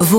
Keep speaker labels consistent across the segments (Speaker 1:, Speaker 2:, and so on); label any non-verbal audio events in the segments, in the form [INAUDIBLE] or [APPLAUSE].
Speaker 1: Vous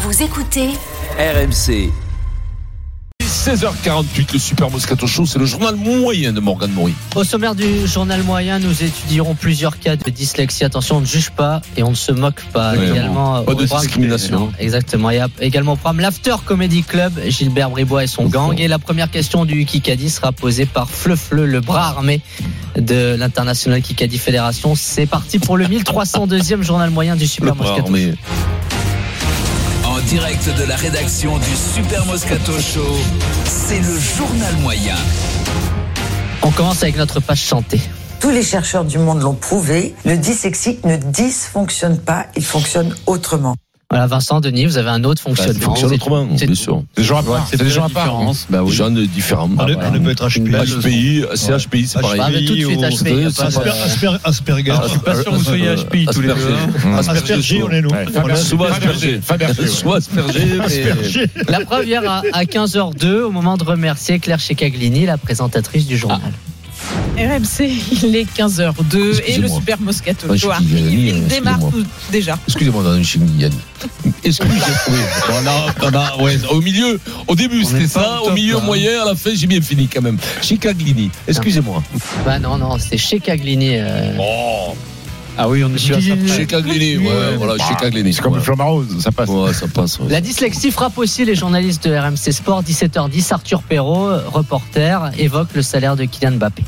Speaker 1: Vous écoutez
Speaker 2: RMC.
Speaker 3: 16h48, le Super Moscato Show, c'est le journal moyen de Morgane Maury.
Speaker 4: Au sommaire du journal moyen, nous étudierons plusieurs cas de dyslexie. Attention, on ne juge pas et on ne se moque pas.
Speaker 3: Ouais,
Speaker 4: également,
Speaker 3: Pas de
Speaker 4: au programme-
Speaker 3: discrimination.
Speaker 4: Non, Exactement. Il y a également au programme l'After Comedy Club, Gilbert Bribois et son
Speaker 3: Au
Speaker 4: gang.
Speaker 3: fond.
Speaker 4: Et la première question du Kikadi sera posée par Fleufle, le bras armé de l'international Kikadi Fédération. C'est parti pour le 1302e journal moyen du
Speaker 3: Le
Speaker 4: Super
Speaker 3: bras
Speaker 4: Moscato.
Speaker 3: armé.
Speaker 2: En direct de la rédaction du Super Moscato Show, c'est le journal moyen.
Speaker 4: On commence avec notre page chantée.
Speaker 5: Tous les chercheurs du monde l'ont prouvé, le dyslexique ne dysfonctionne pas, il fonctionne autrement.
Speaker 4: Voilà, Vincent, Denis, vous avez un autre
Speaker 3: Ça
Speaker 4: fonctionnement.
Speaker 3: fonctionne Bah, autrement,
Speaker 4: C'est-
Speaker 3: bien sûr.
Speaker 6: Des gens à part.
Speaker 7: C'est
Speaker 6: Des
Speaker 7: peut-être
Speaker 6: gens
Speaker 7: la
Speaker 6: à part. hein.
Speaker 7: différence. Bah
Speaker 3: Les
Speaker 7: oui.
Speaker 3: gens de différents.
Speaker 6: On ne- on ne peut être
Speaker 3: Une
Speaker 6: HPI.
Speaker 3: belle HPI, CHPI, c'est
Speaker 4: Ah, mais
Speaker 3: pareil.
Speaker 4: tout de suite,
Speaker 3: oh,
Speaker 4: HPI, il y a
Speaker 6: ou-
Speaker 4: pas
Speaker 3: Asper-
Speaker 4: de-
Speaker 6: Asper- Asperger.
Speaker 3: Ah,
Speaker 7: Je suis pas sûr que vous soyez HPI tous les deux. hein.
Speaker 3: Asperger.
Speaker 6: Asperger, on est nous.
Speaker 7: Ouais.
Speaker 6: On est-
Speaker 3: Souvent Asperger.
Speaker 6: Fabergé,
Speaker 3: [LAUGHS]
Speaker 6: ouais.
Speaker 3: Souvent Asperger, mais.
Speaker 6: Asperger.
Speaker 4: La preuve hier à, 15h02, au moment de remercier Claire Checaglini, la présentatrice du journal.
Speaker 8: RMC, il est 15h02 et le
Speaker 3: Excusez-moi.
Speaker 8: Super Moscato
Speaker 3: Ah,
Speaker 8: Show
Speaker 3: je suis
Speaker 7: euh,
Speaker 8: arrive.
Speaker 3: désolé, hein,
Speaker 8: Il démarre
Speaker 3: excusez-moi.
Speaker 8: tout- déjà.
Speaker 3: Excusez-moi, dans une chimie, Est-ce que j'ai [LAUGHS] trouvé Voilà, voilà, ouais. Au milieu, au début c'était ça, au hein. milieu moyen, à la fin j'ai bien fini quand même. Chicaglini, excusez-moi.
Speaker 4: Bah non, non, c'est Checaglini. euh,
Speaker 3: Oh,
Speaker 7: Ah oui, on est sûr.
Speaker 6: Guillemot.
Speaker 3: Chicaglini, ouais, Ah, voilà, Chicaglini.
Speaker 6: C'est comme le flambeau rose, ça passe.
Speaker 3: Ouais, ça passe. ouais.
Speaker 4: La dyslexie frappe aussi les journalistes de RMC Sport. 17h10, Arthur Perrault, euh, reporter, évoque le salaire de Kylian Mbappé.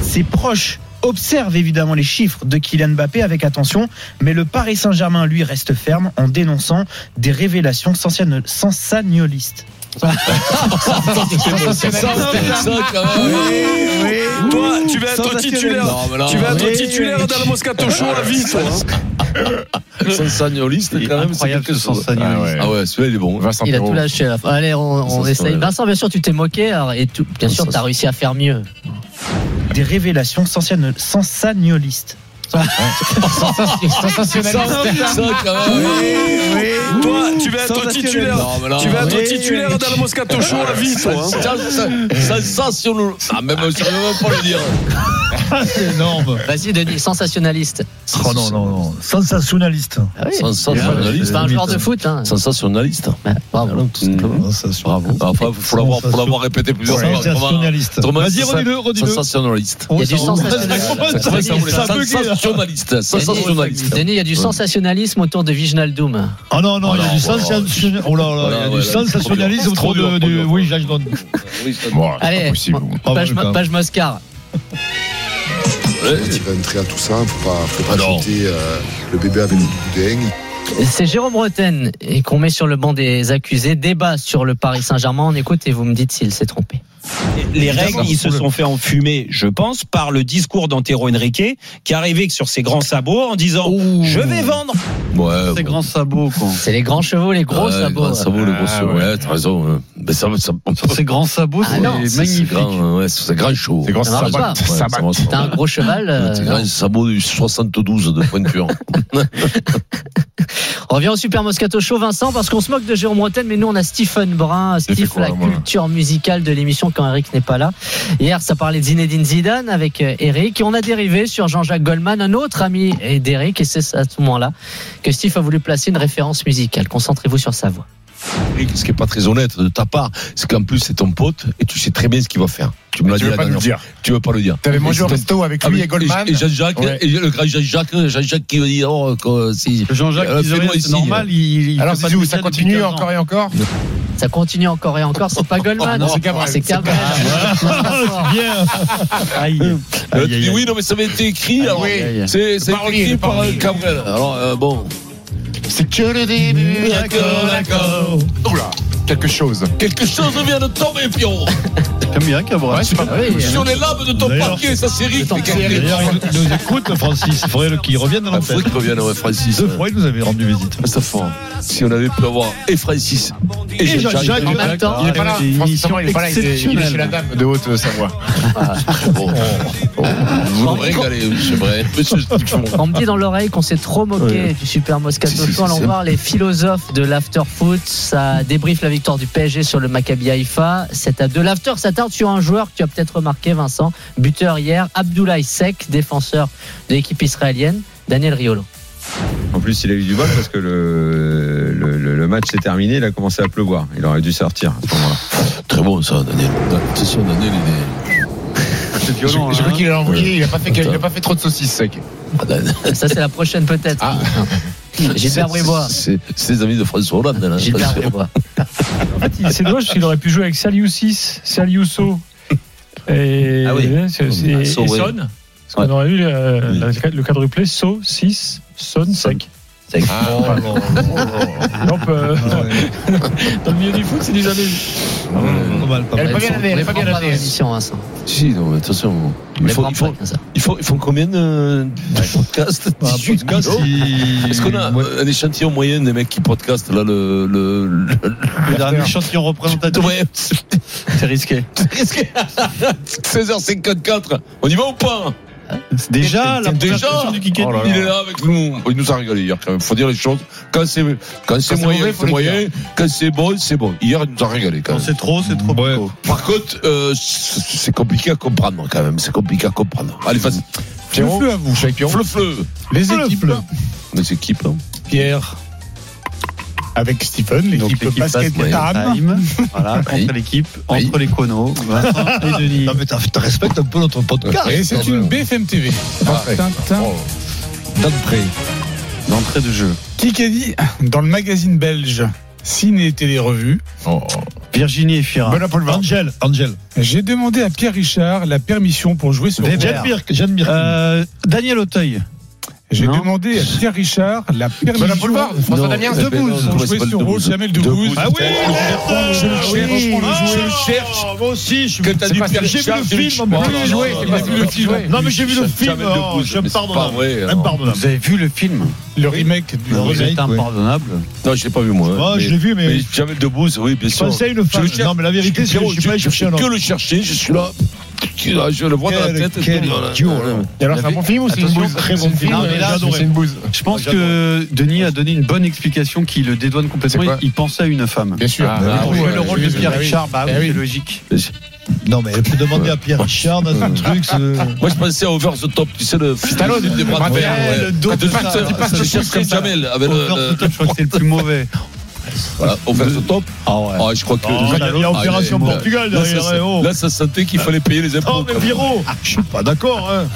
Speaker 9: Ses proches observent évidemment les chiffres de Kylian Mbappé avec attention, mais le Paris Saint-Germain, lui, reste ferme en dénonçant des révélations sensationnel- sensagnolistes.
Speaker 3: Ça, ça, quand même.
Speaker 7: Toi, tu vas être titulaire.
Speaker 3: Non, mais là,
Speaker 7: Tu vas
Speaker 3: oui.
Speaker 7: être titulaire dans le Moscato Show à vie, toi.
Speaker 3: Sensationnaliste, quand même, c'est
Speaker 6: Incroyable
Speaker 3: quelque chose.
Speaker 6: sensationnaliste.
Speaker 7: Ah ouais.
Speaker 3: Ah ouais, celui-là, il est bon.
Speaker 6: Vincent
Speaker 4: Il a tout
Speaker 6: Perrault.
Speaker 4: lâché. à la fin. Allez, on, on
Speaker 3: Ça, c'est
Speaker 4: essaye.
Speaker 3: vrai.
Speaker 4: Vincent, bien sûr, tu t'es moqué. alors, et tout, bien
Speaker 3: Ça,
Speaker 4: sûr,
Speaker 3: ça,
Speaker 4: tu as
Speaker 3: ça.
Speaker 4: réussi à faire mieux.
Speaker 9: Des révélations sensationnel- sensagnolistes.
Speaker 3: Ça, ça, quand même.
Speaker 7: Toi, tu vas être titulaire.
Speaker 3: Non, mais là,
Speaker 7: Tu vas être
Speaker 9: Oui,
Speaker 7: titulaire
Speaker 9: oui.
Speaker 7: dans le Moscato Show à vie, toi.
Speaker 3: Ça, ça, ça, Sensationnel. Ah, même, ça veut même pas le dire.
Speaker 6: énorme.
Speaker 4: Vas-y, Denis, sensationnaliste.
Speaker 6: Oh non, non, non. Sensationnaliste.
Speaker 4: Ah oui.
Speaker 3: Sensationnaliste.
Speaker 4: C'est un joueur de foot. Hein.
Speaker 3: Sensationnaliste.
Speaker 4: Bah, bravo.
Speaker 3: Mm. Bravo. Enfin, faut l'avoir, faut l'avoir répété plusieurs fois.
Speaker 6: Sensationnaliste.
Speaker 3: Autrement,
Speaker 6: Vas-y,
Speaker 3: c'est ça.
Speaker 6: redis-le, redis-le.
Speaker 3: Sensationnaliste.
Speaker 4: Il y a
Speaker 3: Ça,
Speaker 4: du
Speaker 3: ça, ça,
Speaker 4: sensationnalisme.
Speaker 3: vous voulez-
Speaker 6: Ça buguait, là.
Speaker 3: Sensationnaliste.
Speaker 4: Denis,
Speaker 3: Sensationnaliste.
Speaker 4: Denis, il y a du sensationnalisme autour de Viginaldoum.
Speaker 6: Ah non, non, il y a
Speaker 3: Voilà, voilà.
Speaker 6: du sensationnalisme. Oh là là, il y a du
Speaker 3: Voilà, voilà.
Speaker 6: sensationnalisme autour
Speaker 3: Produire,
Speaker 7: Euh,
Speaker 6: de.
Speaker 3: produire.
Speaker 6: de- Oui, je la donne.
Speaker 3: Oui, ça-
Speaker 4: Allez,
Speaker 6: Ah,
Speaker 4: page,
Speaker 6: ouais, quand même.
Speaker 4: page Moscar.
Speaker 3: Ouais.
Speaker 10: motive à entrer à tout ça, faut pas, faut pas
Speaker 3: Ah non.
Speaker 10: jeter, euh, le bébé avec le boudin.
Speaker 4: C'est Jérôme Roten et qu'on met sur le banc des accusés. Débat sur le Paris Saint-Germain. On écoute et vous me dites s'il s'est trompé.
Speaker 7: Les règles,
Speaker 6: Évidemment.
Speaker 7: ils se sont fait enfumer, je pense, par le discours d'Antero Henrique, qui arrivait sur ses grands sabots en disant Je vais vendre.
Speaker 3: Ouais,
Speaker 7: C'est
Speaker 3: bon.
Speaker 7: grand sabot, quoi.
Speaker 4: C'est les grands chevaux, les gros
Speaker 3: Ouais,
Speaker 4: sabots.
Speaker 3: grand sabot, le gros
Speaker 7: Ah,
Speaker 3: sabot.
Speaker 7: ouais.
Speaker 3: Ouais, t'as raison. ouais. Mais ça, ça,
Speaker 7: Ces grands sabots,
Speaker 4: Ah non,
Speaker 3: c'est magnifique. Grand, hein, ouais, c'est grand chaud.
Speaker 6: C'est grand
Speaker 4: Ça marche
Speaker 6: sabat.
Speaker 4: pas.
Speaker 3: Ouais,
Speaker 6: Sabat.
Speaker 3: c'est grand
Speaker 4: T'as un gros cheval. euh,
Speaker 3: C'est
Speaker 4: non.
Speaker 3: grand sabot du 72 de
Speaker 4: [LAUGHS]
Speaker 3: pointure.
Speaker 4: On revient au Super Moscato Show, Vincent, parce qu'on se moque de Jérôme Roten, mais nous on a Stephen Brun, Steve,
Speaker 6: quoi,
Speaker 4: la
Speaker 6: moi
Speaker 4: culture musicale de l'émission quand Eric n'est pas là. Hier, ça parlait de Zinedine Zidane avec euh, Eric, et on a dérivé sur Jean-Jacques Goldman, un autre ami et d'Eric, et c'est à ce moment-là que Steve a voulu placer une référence musicale. Concentrez-vous sur sa voix.
Speaker 3: Et ce qui est pas très honnête de ta part, c'est qu'en plus c'est ton pote et tu sais très bien ce qu'il va faire. Tu me l'as dit
Speaker 6: Tu veux
Speaker 3: la
Speaker 6: pas nous
Speaker 3: dernière
Speaker 6: le dire.
Speaker 3: fois. Tu veux pas le dire.
Speaker 6: T'avais
Speaker 3: Et
Speaker 6: mangé au
Speaker 3: c'est ton-
Speaker 6: resto avec
Speaker 3: Ah,
Speaker 6: lui
Speaker 3: mais-
Speaker 6: et Goldman.
Speaker 3: Et Jean-Jacques,
Speaker 6: Ouais.
Speaker 3: et le grand Jean-Jacques, Jean-Jacques qui veut dire, oh, que si. Euh,
Speaker 7: Jean-Jacques,
Speaker 3: fais-moi ici.
Speaker 7: c'est normal. Il, il
Speaker 6: Alors,
Speaker 7: fait pas
Speaker 6: Zizou,
Speaker 7: de
Speaker 6: ça
Speaker 7: média depuis
Speaker 6: continue
Speaker 7: 15 ans.
Speaker 6: encore et encore
Speaker 4: Ça continue encore et encore,
Speaker 6: [LAUGHS]
Speaker 4: c'est pas Goldman.
Speaker 6: Oh, Non, c'est Cabrel.
Speaker 4: C'est Cabrel.
Speaker 6: Bien Aïe
Speaker 3: Euh, tu dis, oui, non, mais ça avait été écrit, alors.
Speaker 6: oui.
Speaker 3: C'est, c'est
Speaker 6: Parolier,
Speaker 3: écrit par euh,
Speaker 6: parolier.
Speaker 3: Cabrel. Alors, euh, bon.
Speaker 6: C'est que le début
Speaker 3: D'accord, d'accord.
Speaker 6: Oula
Speaker 11: Quelque chose.
Speaker 3: Quelque chose vient de tomber, Pierrot.
Speaker 6: J'aime bien Cabral.
Speaker 11: Ouais, c'est pas
Speaker 4: oui,
Speaker 3: Sur les lames de ton
Speaker 6: D'ailleurs,
Speaker 3: parquet, ça c'est riche.
Speaker 6: D'ailleurs, il nous écoute, Francis. Il faudrait qu'il revienne dans la
Speaker 3: Faudrait qu'il revienne, ouais, Francis.
Speaker 6: Deux fois, il nous avait rendu visite.
Speaker 3: Ah, ça fort. Si on avait pu avoir et Francis et,
Speaker 6: Et
Speaker 3: Jean-Jacques.
Speaker 6: Jean-Jacques,
Speaker 4: en même temps.
Speaker 11: Il est pas là,
Speaker 6: c'est une
Speaker 11: Francis
Speaker 6: émission
Speaker 11: Cabrel, il est pas là, il est- il est chez la dame de Haute-Savoie.
Speaker 3: Bon. Vous nous régalez, c'est vrai. [LAUGHS] Monsieur Stifon.
Speaker 4: On me dit dans l'oreille qu'on s'est trop moqué du Super Moscato
Speaker 3: Si, si,
Speaker 4: Show.
Speaker 3: si,
Speaker 4: Allons
Speaker 3: si.
Speaker 4: voir les philosophes de l'after foot. Ça débriefe la victoire du PSG sur le Maccabi Haïfa. C'est à de l'after. Ça tarde sur un joueur que tu as peut-être remarqué, Vincent. Buteur hier, Abdoulaye Sek, défenseur de l'équipe israélienne. Daniel Riolo.
Speaker 12: En plus, il a eu du bol parce que le, le, le- le match s'est terminé, il a commencé à pleuvoir. Il aurait dû sortir à ce moment-là.
Speaker 3: Très bon ça, Daniel. C'est sûr, Daniel, il est.
Speaker 12: C'est
Speaker 11: Je,
Speaker 12: violent.
Speaker 11: je
Speaker 12: hein.
Speaker 11: crois qu'il a envoyé, il a pas fait,
Speaker 3: Putain.
Speaker 11: il a pas fait trop de saucisses sec.
Speaker 3: [LAUGHS]
Speaker 4: Ça, c'est la prochaine peut-être.
Speaker 3: Ah.
Speaker 4: Gilbert Bribois.
Speaker 3: C'est c'est les amis de François Hollande, là.
Speaker 4: Gilbert Bribois.
Speaker 6: En fait, il- c'est dommage parce qu'il aurait pu jouer avec Saliusis, Saliuso et,
Speaker 3: Ah oui.
Speaker 6: c'est- c'est-
Speaker 3: Ah,
Speaker 6: et
Speaker 3: Sauvé.
Speaker 6: Son. Parce qu'on
Speaker 3: Ouais.
Speaker 6: aurait eu le,
Speaker 3: Oui.
Speaker 6: la- le quadruplé So, 6, Son, Sec.
Speaker 3: Ah,
Speaker 9: Ah.
Speaker 6: Non,
Speaker 9: [LAUGHS]
Speaker 6: euh, dans le milieu du foot, c'est déjà des.
Speaker 3: Pas
Speaker 6: mal, pas
Speaker 11: Elle est pas bien
Speaker 4: On
Speaker 11: allée, elle
Speaker 4: les
Speaker 11: est pas
Speaker 4: prend
Speaker 11: bien
Speaker 4: pas dans
Speaker 11: allée.
Speaker 4: l'émission, Vincent.
Speaker 3: Si, non, mais attention.
Speaker 4: On
Speaker 3: Il
Speaker 4: les
Speaker 3: faut,
Speaker 4: prend
Speaker 3: il faut-
Speaker 4: pas comme ça.
Speaker 3: Ils font, ils font combien de, de podcasts 18 kilos Est-ce qu'on a euh, un échantillon moyen des mecs qui podcastent là le. le, le, le-
Speaker 6: dernier champion représentatif.
Speaker 3: Ouais, c'est
Speaker 6: C'est risqué.
Speaker 3: risqué. 16h54, on y va ou pas
Speaker 6: Déjà, la
Speaker 3: Déjà,
Speaker 6: présentation du Oh Kikadi.
Speaker 3: il est là avec nous. Il nous a régalé hier quand même. Faut dire les choses. Quand c'est quand c'est
Speaker 11: c'est
Speaker 3: moyen,
Speaker 11: mauvais, faut
Speaker 3: c'est
Speaker 11: le
Speaker 3: moyen. Quand c'est bon, c'est bon. Hier, il nous a régalé quand
Speaker 6: Non,
Speaker 3: même.
Speaker 6: C'est trop, c'est trop.
Speaker 12: Ouais.
Speaker 6: trop.
Speaker 3: Par contre, euh, c'est c'est compliqué à comprendre quand même. C'est compliqué à comprendre. Allez, vas-y.
Speaker 11: Pierrot, à vous, chacun.
Speaker 3: Fleu, fleu.
Speaker 6: Ah,
Speaker 11: Les équipes,
Speaker 3: Les équipes, hein.
Speaker 11: Pierre. Avec Stephen,
Speaker 12: Donc,
Speaker 11: l'équipe
Speaker 12: l'équipe
Speaker 11: basket
Speaker 3: basket,
Speaker 11: Tarn.
Speaker 6: Time, voilà,
Speaker 3: Oui.
Speaker 6: contre l'équipe,
Speaker 3: Oui.
Speaker 6: entre les conos, [LAUGHS] Vincent et Denis.
Speaker 12: Non, mais
Speaker 6: tu respectes un peu notre podcast.
Speaker 11: Et c'est une BFM TV.
Speaker 3: Parfait. Oh.
Speaker 12: D'entrée. D'entrée de jeu.
Speaker 11: Qui qu'a dit dans le magazine belge Ciné et Télé-Revue
Speaker 6: Virginie et Fira.
Speaker 11: Bon Boulevard.
Speaker 6: Angel, Angel.
Speaker 11: J'ai demandé à Pierre Richard la permission pour jouer sur
Speaker 6: Jeanne
Speaker 11: Roi.
Speaker 6: Birk, Jeanne Birk. Euh, Daniel Auteuil.
Speaker 11: J'ai
Speaker 6: Non.
Speaker 11: demandé à Pierre Richard
Speaker 3: Voilà,
Speaker 11: la permission
Speaker 3: boulevard,
Speaker 11: François
Speaker 3: Damien,
Speaker 11: de
Speaker 3: Debouze.
Speaker 11: Bouze. Pour jouer sur
Speaker 3: Debouze.
Speaker 11: Roi Jamel
Speaker 3: Debouze.
Speaker 11: Debouze.
Speaker 3: Ah oui,
Speaker 11: Je le cherche,
Speaker 3: Ah
Speaker 6: Ah
Speaker 11: je le cherche.
Speaker 6: Moi aussi, je
Speaker 3: Que t'as
Speaker 6: c'est
Speaker 3: dit
Speaker 6: pas-
Speaker 3: Pierre
Speaker 6: J'ai vu
Speaker 3: Richard,
Speaker 6: le
Speaker 3: c'est
Speaker 6: film.
Speaker 3: Richard.
Speaker 6: en plus.
Speaker 3: Non, non,
Speaker 11: non,
Speaker 6: Ouais,
Speaker 11: non,
Speaker 6: c'est
Speaker 11: non,
Speaker 6: pas vu
Speaker 11: non,
Speaker 6: le
Speaker 11: non,
Speaker 6: film.
Speaker 11: non,
Speaker 6: Non, mais j'ai vu le
Speaker 3: Jamais
Speaker 6: film.
Speaker 3: de
Speaker 6: oh,
Speaker 3: Bouze,
Speaker 6: Je me
Speaker 3: mais c'est pas
Speaker 6: pardonne.
Speaker 3: vrai, hein. alors.
Speaker 6: Impardonnable.
Speaker 12: Vous avez vu le film
Speaker 11: Le remake du.
Speaker 6: Vous êtes impardonnable.
Speaker 3: Non, je l'ai pas vu moi.
Speaker 6: Moi,
Speaker 3: hein,
Speaker 6: Ah, je
Speaker 3: mais-
Speaker 6: l'ai vu, mais
Speaker 3: Mais Jamel Debbouze, oui, bien
Speaker 6: je
Speaker 3: sûr.
Speaker 6: pensais à une femme.
Speaker 3: Je le cherche.
Speaker 6: Non, mais la vérité, c'est que
Speaker 3: Pierrot,
Speaker 6: je suis pas allé
Speaker 3: je
Speaker 6: chercher un
Speaker 3: fais que
Speaker 6: autre.
Speaker 3: le chercher, je suis là. Là, Je oh le vois dans la
Speaker 6: Quel-
Speaker 3: tête.
Speaker 6: quel
Speaker 3: Voilà.
Speaker 6: duo,
Speaker 11: Et alors, c'est un bon film ou c'est une
Speaker 6: Attention,
Speaker 11: bouse
Speaker 6: très bon film.
Speaker 11: Non,
Speaker 6: Non, mais
Speaker 11: mais
Speaker 6: là,
Speaker 11: c'est une bouse.
Speaker 13: Je pense que Denis a donné une bonne explication qui le dédouane
Speaker 11: C'est
Speaker 13: complètement.
Speaker 11: quoi
Speaker 13: Il pensait à une femme.
Speaker 11: Bien sûr.
Speaker 3: Ah,
Speaker 11: Mais
Speaker 3: bah,
Speaker 11: non,
Speaker 3: oui,
Speaker 11: ouais,
Speaker 6: le
Speaker 11: oui,
Speaker 6: rôle de
Speaker 11: oui,
Speaker 6: Pierre
Speaker 11: bah oui.
Speaker 6: Richard, bah
Speaker 11: Eh
Speaker 6: oui,
Speaker 11: oui.
Speaker 6: c'est logique.
Speaker 9: Non, mais elle peut demander à Pierre Richard dans un truc.
Speaker 3: Moi, je pensais à Over the Top, tu sais, le
Speaker 11: Stallone,
Speaker 3: film des
Speaker 6: Ah,
Speaker 3: bras de
Speaker 11: Brad
Speaker 3: fer,
Speaker 11: Pitt,
Speaker 3: ouais. Ah,
Speaker 11: le dos
Speaker 3: Quand
Speaker 11: de
Speaker 3: il
Speaker 11: ça,
Speaker 3: passe-
Speaker 11: ça,
Speaker 3: il passe
Speaker 11: ça,
Speaker 3: je
Speaker 11: ça,
Speaker 3: cherche
Speaker 11: ça,
Speaker 3: comme
Speaker 11: ça.
Speaker 3: Jamel. Avec le-
Speaker 13: Over the
Speaker 3: le-
Speaker 13: top, je crois que c'est le plus mauvais.
Speaker 3: Voilà, Over the Top.
Speaker 13: Ah ouais.
Speaker 3: Ah, je crois que.
Speaker 6: Oh, il y a Opération
Speaker 3: Ah, ouais.
Speaker 6: Portugal
Speaker 3: Là, ça,
Speaker 6: derrière.
Speaker 3: ça-
Speaker 6: ouais, oh.
Speaker 3: là, ça sentait qu'il fallait payer les impôts.
Speaker 6: Non, mais Pierrot,
Speaker 13: Ah,
Speaker 6: je suis pas d'accord. hein.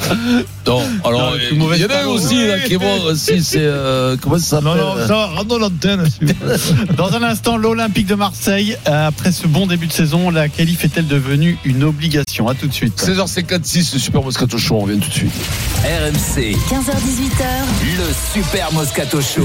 Speaker 3: Non, alors,
Speaker 6: Non, le plus
Speaker 3: il
Speaker 6: mauvais
Speaker 3: y en a un
Speaker 6: Stallone.
Speaker 3: aussi, là, qui est mort aussi, c'est. euh, Comment ça
Speaker 6: Non, non,
Speaker 3: s'appelle
Speaker 6: ça, rendons l'antenne. s'il vous plaît.
Speaker 3: [LAUGHS]
Speaker 13: Dans un instant, l'Olympique de Marseille, euh, après ce bon début de saison, la qualif est-elle devenue une obligation À tout de suite.
Speaker 3: 16h56, le Super Moscato Show, on revient tout de suite.
Speaker 2: RMC,
Speaker 1: 15h18h,
Speaker 2: le Super Moscato Show.